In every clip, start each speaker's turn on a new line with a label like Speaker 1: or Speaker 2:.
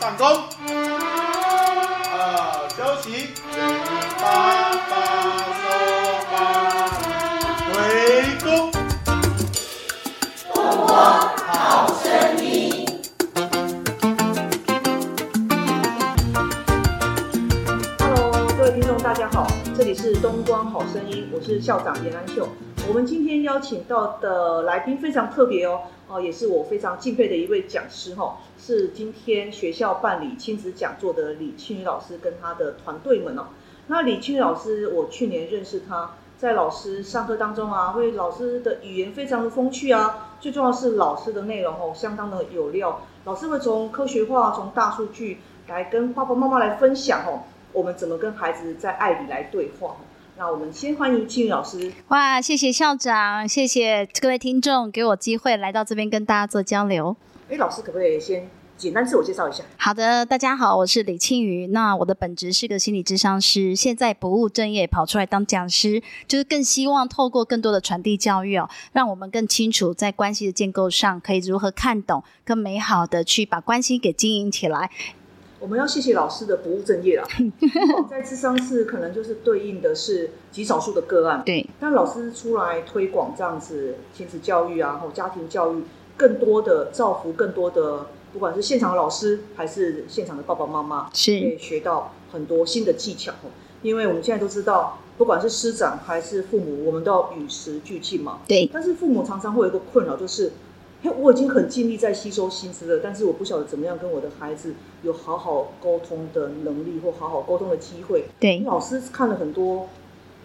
Speaker 1: 场中。呃，休息。八八收八，回宫。
Speaker 2: Hello，各位听众，大家好，这里是东光好声音，我是校长严兰秀。我们今天邀请到的来宾非常特别哦，哦，也是我非常敬佩的一位讲师哈、哦，是今天学校办理亲子讲座的李庆宇老师跟他的团队们哦。那李庆宇老师，我去年认识他，在老师上课当中啊，会老师的语言非常的风趣啊，最重要是老师的内容哦，相当的有料。老师会从科学化、从大数据来跟爸爸妈妈来分享哦，我们怎么跟孩子在爱里来对话哦。那我们先欢迎庆宇老师。
Speaker 3: 哇，谢谢校长，谢谢各位听众给我机会来到这边跟大家做交流。
Speaker 2: 哎，老师可不可以先简单自我介绍一下？
Speaker 3: 好的，大家好，我是李庆瑜。那我的本职是个心理智商师，现在不务正业，跑出来当讲师，就是更希望透过更多的传递教育哦，让我们更清楚在关系的建构上可以如何看懂，更美好的去把关系给经营起来。
Speaker 2: 我们要谢谢老师的不务正业啦。在智商室可能就是对应的是极少数的个案，
Speaker 3: 对，
Speaker 2: 但老师出来推广这样子亲子教育啊，然后家庭教育，更多的造福更多的，不管是现场的老师还是现场的爸爸妈妈，可
Speaker 3: 是
Speaker 2: 以学到很多新的技巧哦。因为我们现在都知道，不管是师长还是父母，我们都要与时俱进嘛。
Speaker 3: 对，
Speaker 2: 但是父母常常会有一个困扰，就是，嘿，我已经很尽力在吸收新知了，但是我不晓得怎么样跟我的孩子有好好沟通的能力或好好沟通的机会。
Speaker 3: 对，
Speaker 2: 老师看了很多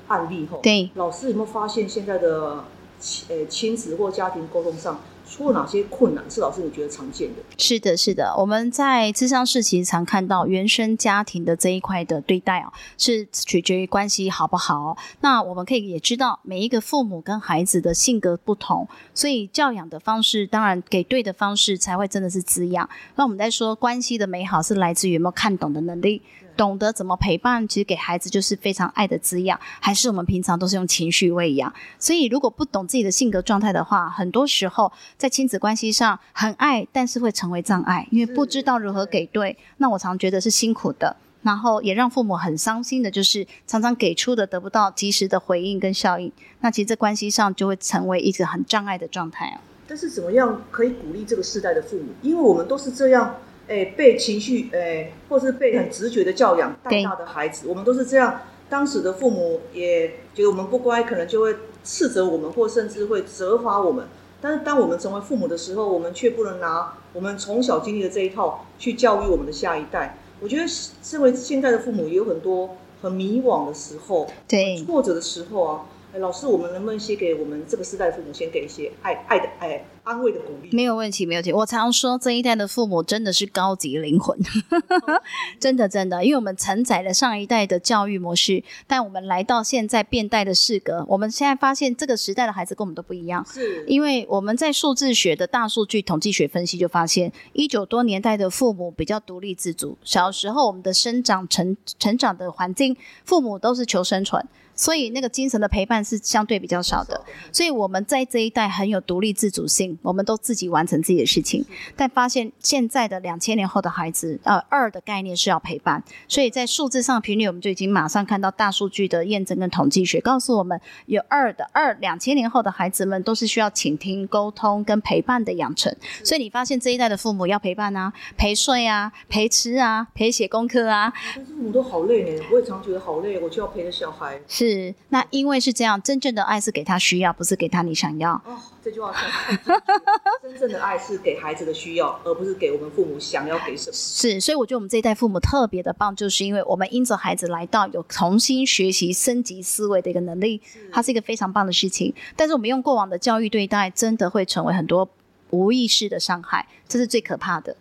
Speaker 2: 案例后，
Speaker 3: 对，
Speaker 2: 老师有没有发现现在的亲呃亲子或家庭沟通上出了哪些困难？是老师你觉得常见的？
Speaker 3: 是的，是的，我们在咨商室其实常看到原生家庭的这一块的对待哦，是取决于关系好不好哦、那我们可以也知道，每一个父母跟孩子的性格不同，所以教养的方式，当然给对的方式才会真的是滋养。那我们在说关系的美好是来自于有没有看懂的能力。懂得怎么陪伴，其实给孩子就是非常爱的滋养，还是我们平常都是用情绪喂养。所以，如果不懂自己的性格状态的话，很多时候在亲子关系上很爱，但是会成为障碍，因为不知道如何给对。那我常觉得是辛苦的，然后也让父母很伤心的，就是常常给出的得不到及时的回应跟效应。那其实这关系上就会成为一个很障碍的状态哦。
Speaker 2: 但是怎么样可以鼓励这个世代的父母？因为我们都是这样，哎，被情绪，哎，或是被很直觉的教养带
Speaker 3: 对
Speaker 2: 大的孩子，我们都是这样。当时的父母也觉得我们不乖，可能就会斥责我们，或甚至会责罚我们。但是当我们成为父母的时候，我们却不能拿我们从小经历的这一套去教育我们的下一代。我觉得，身为现在的父母，也有很多很迷惘的时候，
Speaker 3: 对，
Speaker 2: 挫折的时候啊，哎老师，我们能不能先给我们这个时代的父母先给一些爱爱的哎安慰的鼓励？
Speaker 3: 没有问题，没有问题。我常说这一代的父母真的是高级灵魂， 真的真的，因为我们承载了上一代的教育模式，但我们来到现在变代的世格，我们现在发现这个时代的孩子跟我们都不一样。
Speaker 2: 是
Speaker 3: 因为我们在数字学的大数据统计学分析就发现，一九多年代的父母比较独立自主，小时候我们的生长成成长的环境，父母都是求生存，所以那个精神的陪伴是相对比较少的。所以我们在这一代很有独立自主性，我们都自己完成自己的事情。但发现现在的两千年后的孩子，呃，二的概念是要陪伴，所以在数字上的频率，我们就已经马上看到大数据的验证跟统计学告诉我们，有二的二两千年后的孩子们都是需要倾听、沟通跟陪伴的养成。所以你发现这一代的父母要陪伴啊，陪睡啊，陪吃啊，陪写功课啊，
Speaker 2: 但是我们都好累呢，我也常觉得好累，我就要陪着小孩。
Speaker 3: 是那因为是这样，真正的爱是给他需要，不是给他你想要。
Speaker 2: 哦，这句话真的 真正的爱是给孩子的需要，而不是给我们父母想要给什么。
Speaker 3: 是，所以我觉得我们这一代父母特别的棒，就是因为我们因着孩子来到，有重新学习、升级思维的一个能力，它是一个非常棒的事情。但是我们用过往的教育对待，真的会成为很多无意识的伤害，这是最可怕的。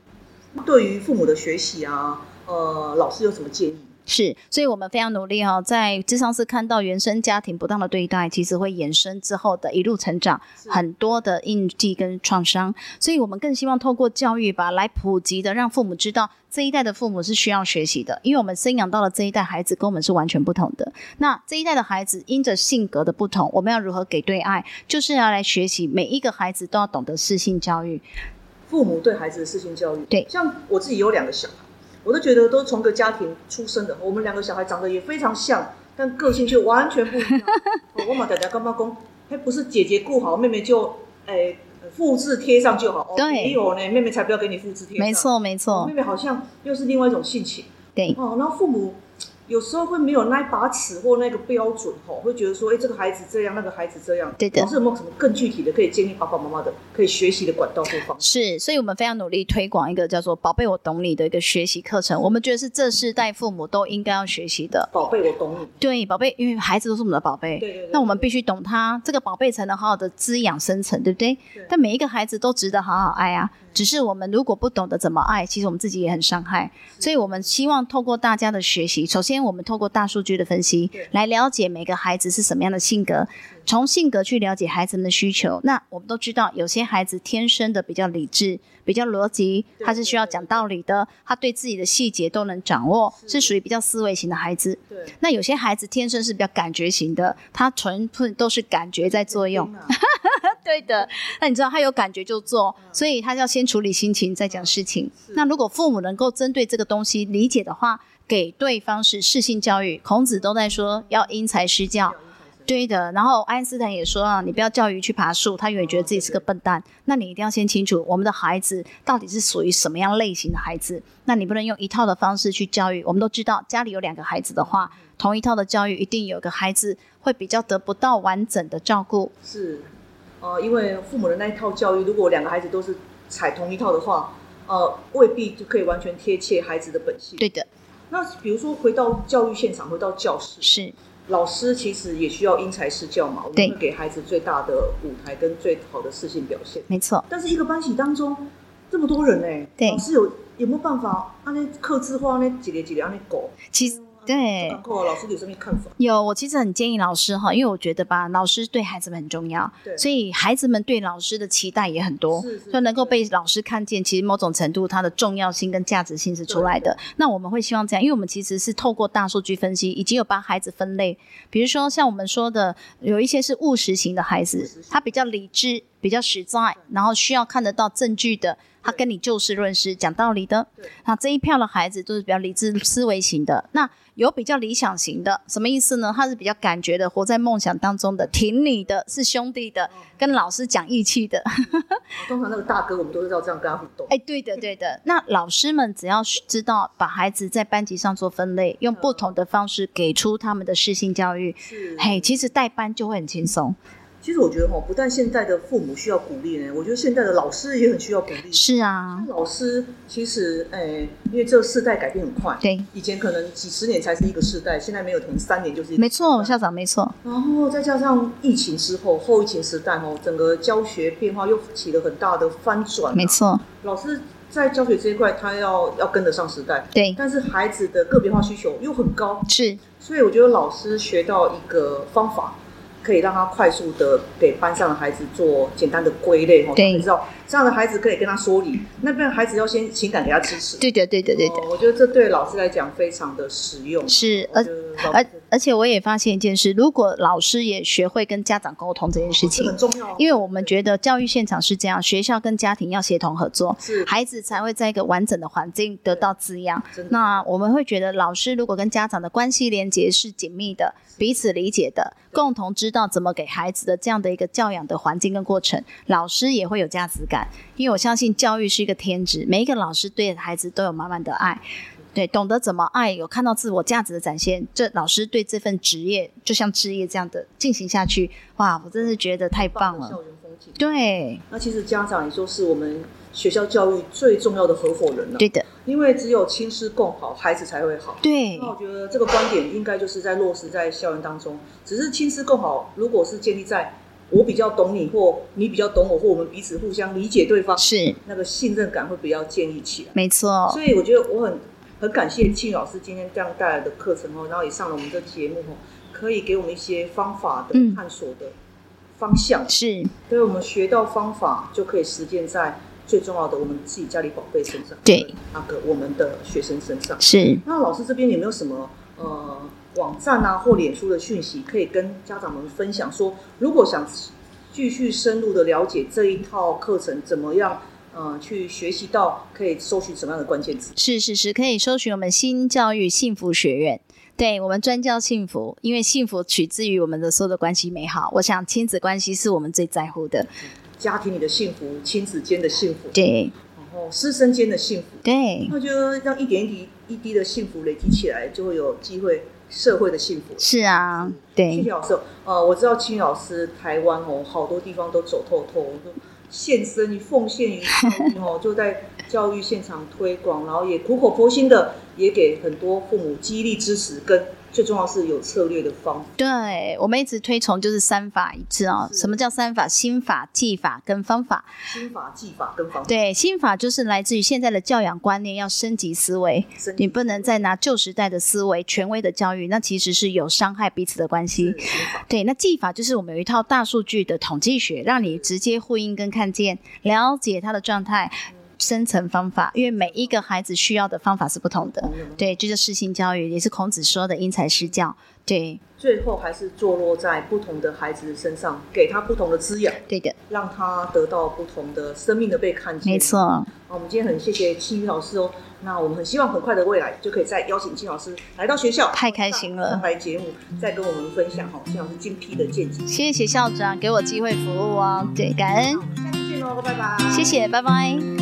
Speaker 2: 对于父母的学习啊，呃，老师有什么建议？
Speaker 3: 是，所以我们非常努力哦，在智商是看到原生家庭不当的对待，其实会衍生之后的一路成长很多的印记跟创伤，所以我们更希望透过教育吧，来普及的让父母知道。这一代的父母是需要学习的，因为我们生养到了这一代孩子，跟我们是完全不同的。那这一代的孩子，因着性格的不同，我们要如何给对爱，就是要来学习。每一个孩子都要懂得适性教育，
Speaker 2: 父母对孩子的事情教育，
Speaker 3: 对
Speaker 2: 像我自己有两个小孩，我都觉得都从个家庭出生的，我们两个小孩长得也非常像，但个性却完全不一 样。哦我马仔仔干妈公，还哎不是姐姐顾好，妹妹就哎复制贴上就好。哦、
Speaker 3: 对
Speaker 2: 没有呢，妹妹才不要给你复制贴上。
Speaker 3: 没错，没
Speaker 2: 哦，
Speaker 3: 错
Speaker 2: 妹，妹好像又是另外一种性情。
Speaker 3: 对，
Speaker 2: 哦，然后父母有时候会没有那一把尺或那个标准哦，会觉得说，哎，这个孩子这样，那个孩子这样。
Speaker 3: 对的
Speaker 2: 老师有没有什么更具体的可以建议爸爸妈妈的可以学习的管道或方式？
Speaker 3: 是，所以我们非常努力推广一个叫做“宝贝，我懂你”的一个学习课程。我们觉得是这世代父母都应该要学习的。
Speaker 2: 宝贝，我懂你。
Speaker 3: 对，宝贝，因为孩子都是我们的宝贝，
Speaker 2: 对对对
Speaker 3: 那我们
Speaker 2: 对
Speaker 3: 必须懂他，这个宝贝才能好好的滋养生成，对不对？
Speaker 2: 对
Speaker 3: 但每一个孩子都值得好好爱啊。只是我们如果不懂得怎么爱，其实我们自己也很伤害。所以我们希望透过大家的学习，首先我们透过大数据的分析
Speaker 2: 对
Speaker 3: 来了解每个孩子是什么样的性格，从性格去了解孩子们的需求。那我们都知道，有些孩子天生的比较理智，比较逻辑，
Speaker 2: 对
Speaker 3: 他是需要
Speaker 2: 对对
Speaker 3: 讲道理的，他对自己的细节都能掌握，
Speaker 2: 是
Speaker 3: 是属于比较思维型的孩子。
Speaker 2: 对，
Speaker 3: 那有些孩子天生是比较感觉型的，他纯粹都是感觉在作用。
Speaker 2: 天哪。
Speaker 3: 嗯对的，嗯那你知道他有感觉就做，所以他要先处理心情再讲事情。那如果父母能够针对这个东西理解的话，给对方是适性教育。孔子都在说要因材施教。 对的，然后爱因斯坦也说啊，你不要教鱼去爬树，他永远觉得自己是个笨蛋。那你一定要先清楚我们的孩子到底是属于什么样类型的孩子。那你不能用一套的方式去教育。我们都知道，家里有两个孩子的话，同一套的教育一定有个孩子会比较得不到完整的照顾。
Speaker 2: 是，呃，因为父母的那一套教育，如果两个孩子都是采同一套的话，呃，未必就可以完全贴切孩子的本性。
Speaker 3: 对，的，
Speaker 2: 那比如说回到教育现场，回到教室，
Speaker 3: 是
Speaker 2: 老师其实也需要因材施教嘛，我们
Speaker 3: 对
Speaker 2: 会给孩子最大的舞台跟最好的事情表现。
Speaker 3: 没错。
Speaker 2: 但是一个班级当中这么多人呢、欸
Speaker 3: 对
Speaker 2: 老师有有没有办法按那克制化那几个几个按那狗？
Speaker 3: 其实对
Speaker 2: 然后老师有什么看法？
Speaker 3: 有，我其实很建议老师哈，因为我觉得吧，老师对孩子们很重要，
Speaker 2: 对
Speaker 3: 所以孩子们对老师的期待也很多，
Speaker 2: 是是
Speaker 3: 所以能够
Speaker 2: 是
Speaker 3: 被老师看见，其实某种程度它的重要性跟价值性是出来的。那我们会希望这样，因为我们其实是透过大数据分析，已经有把孩子分类，比如说像我们说的，有一些是务实型的孩子，他比较理智，比较实在，然后需要看得到证据的。他跟你就事论事，讲道理的
Speaker 2: 对。
Speaker 3: 那这一票的孩子都是比较理智思维型的。那有比较理想型的，什么意思呢？他是比较感觉的，活在梦想当中的，挺你的，是兄弟的，跟老师讲义气的。
Speaker 2: 通常那个大哥我们都是要这样跟他互动。
Speaker 3: 哎，对的，对 的。那老师们只要知道把孩子在班级上做分类，用不同的方式给出他们的适性教育，
Speaker 2: 是
Speaker 3: 嘿，其实带班就会很轻松。
Speaker 2: 哎其实我觉得哈，不但现在的父母需要鼓励呢，我觉得现在的老师也很需要鼓励。
Speaker 3: 是啊，
Speaker 2: 老师其实，诶、因为这个世代改变很快，
Speaker 3: 对，
Speaker 2: 以前可能几十年才是一个世代，现在没有，可能三年就是一个
Speaker 3: 没错，
Speaker 2: 世代
Speaker 3: 校长没错，
Speaker 2: 然后再加上疫情之后，后疫情时代哦，整个教学变化又起了很大的翻转、啊
Speaker 3: 没，错，
Speaker 2: 老师在教学这一块，他要要跟得上时代，
Speaker 3: 对，
Speaker 2: 但是孩子的个别化需求又很高，
Speaker 3: 是
Speaker 2: 所以我觉得老师学到一个方法，可以让他快速的给班上的孩子做简单的归类哦，
Speaker 3: 对
Speaker 2: 你知道这样的孩子可以跟他说理，那边孩子要先情感给他支持，
Speaker 3: 对的，对的，对的。
Speaker 2: 哦，我觉得这对老师来讲非常的实用，
Speaker 3: 是，
Speaker 2: 我
Speaker 3: 而
Speaker 2: 觉得老
Speaker 3: 而
Speaker 2: 师
Speaker 3: 而且我也发现一件事，如果老师也学会跟家长沟通这件事
Speaker 2: 这
Speaker 3: 情
Speaker 2: 很，重要哦，
Speaker 3: 因
Speaker 2: 为
Speaker 3: 为我们觉得教育现场是这样，学校跟家庭要协同合作，
Speaker 2: 是
Speaker 3: 孩子才会在一个完整的环境得到滋养。
Speaker 2: 真的
Speaker 3: 那我们会觉得，老师如果跟家长的关系连结是紧密的，彼此理解的，共同知道怎么给孩子的这样的一个教养的环境跟过程，老师也会有价值感。因为我相信教育是一个天职，每一个老师对孩子都有满满的爱。对，懂得怎么爱，有看到自我价值的展现，这老师对这份职业，就像置业这样的进行下去，哇，我真是觉得太棒
Speaker 2: 的
Speaker 3: 了。
Speaker 2: 校园风景。
Speaker 3: 对，
Speaker 2: 那其实家长，你说是我们学校教育最重要的合伙人了、
Speaker 3: 对的，
Speaker 2: 因为只有亲师共好，孩子才会好。
Speaker 3: 对
Speaker 2: 那，我觉得这个观点应该就是在落实在校园当中。只是亲师共好，如果是建立在我比较懂你，或你比较懂我，或我们彼此互相理解对方，
Speaker 3: 是
Speaker 2: 那个信任感会比较建立起来。
Speaker 3: 没错
Speaker 2: 所。以我觉得我很很感谢庆宇老师今天这样带来的课程哦，然后也上了我们的节目哦，可以给我们一些方法的
Speaker 3: 嗯
Speaker 2: 探索的方向。
Speaker 3: 是
Speaker 2: 所以我们学到方法，就可以实践在最重要的我们自己家里宝贝身上，
Speaker 3: 对，
Speaker 2: 那个我们的学生身上。
Speaker 3: 是，
Speaker 2: 那老师这边有没有什么呃网站啊或脸书的讯息可以跟家长们分享说如果想继续深入的了解这一套课程怎么样呃，去学习到可以搜寻什么样的关键字。
Speaker 3: 是是是，可以搜寻我们新教育幸福学院。对我们专教幸福，因为幸福取自于我们的所有的关系美好。我想亲子关系是我们最在乎的。
Speaker 2: 家庭里的幸福，亲子间的幸福，
Speaker 3: 对
Speaker 2: 然后师生间的幸福，
Speaker 3: 对，
Speaker 2: 那我觉得让一点一滴一滴的幸福累积起来，就会有机会社会的幸福。
Speaker 3: 是啊，
Speaker 2: 谢
Speaker 3: 对
Speaker 2: 谢老师哦，呃，我知道青老师台湾哦，好多地方都走透透，都献身于奉献于教育哦，就在教育现场推广，然后也苦口婆心的也给很多父母激励支持，跟最重要是有策略的方法。
Speaker 3: 对，我们一直推崇就是三法一致哦。
Speaker 2: 是
Speaker 3: 什么叫三法？心法、技法跟方法。
Speaker 2: 心法、技法跟方法。
Speaker 3: 对，心法就是来自于现在的教养观念，要升级思维，
Speaker 2: 身体
Speaker 3: 你不能再拿旧时代的思维、权威的教育，那其实是有伤害彼此的关系
Speaker 2: 是。心法
Speaker 3: 对，那技法就是我们有一套大数据的统计学，让你直接呼应跟看见，了解他的状态，深层方法，因为每一个孩子需要的方法是不同的。对，这就是性教育，也是孔子说的因材施教。对，
Speaker 2: 最后还是坐落在不同的孩子身上，给他不同的滋养，
Speaker 3: 对的，
Speaker 2: 让他得到不同的生命的被看见。
Speaker 3: 没错。
Speaker 2: 好，我们今天很谢谢青宇老师哦。那我们很希望很快的未来就可以再邀请青老师来到学校，
Speaker 3: 太开心了
Speaker 2: 上来节目再跟我们分享哈，青老师精辟的见解。
Speaker 3: 谢谢校长给我机会服务哦，对，感恩
Speaker 2: 那，我们下次见喽，拜拜。
Speaker 3: 谢谢，拜拜。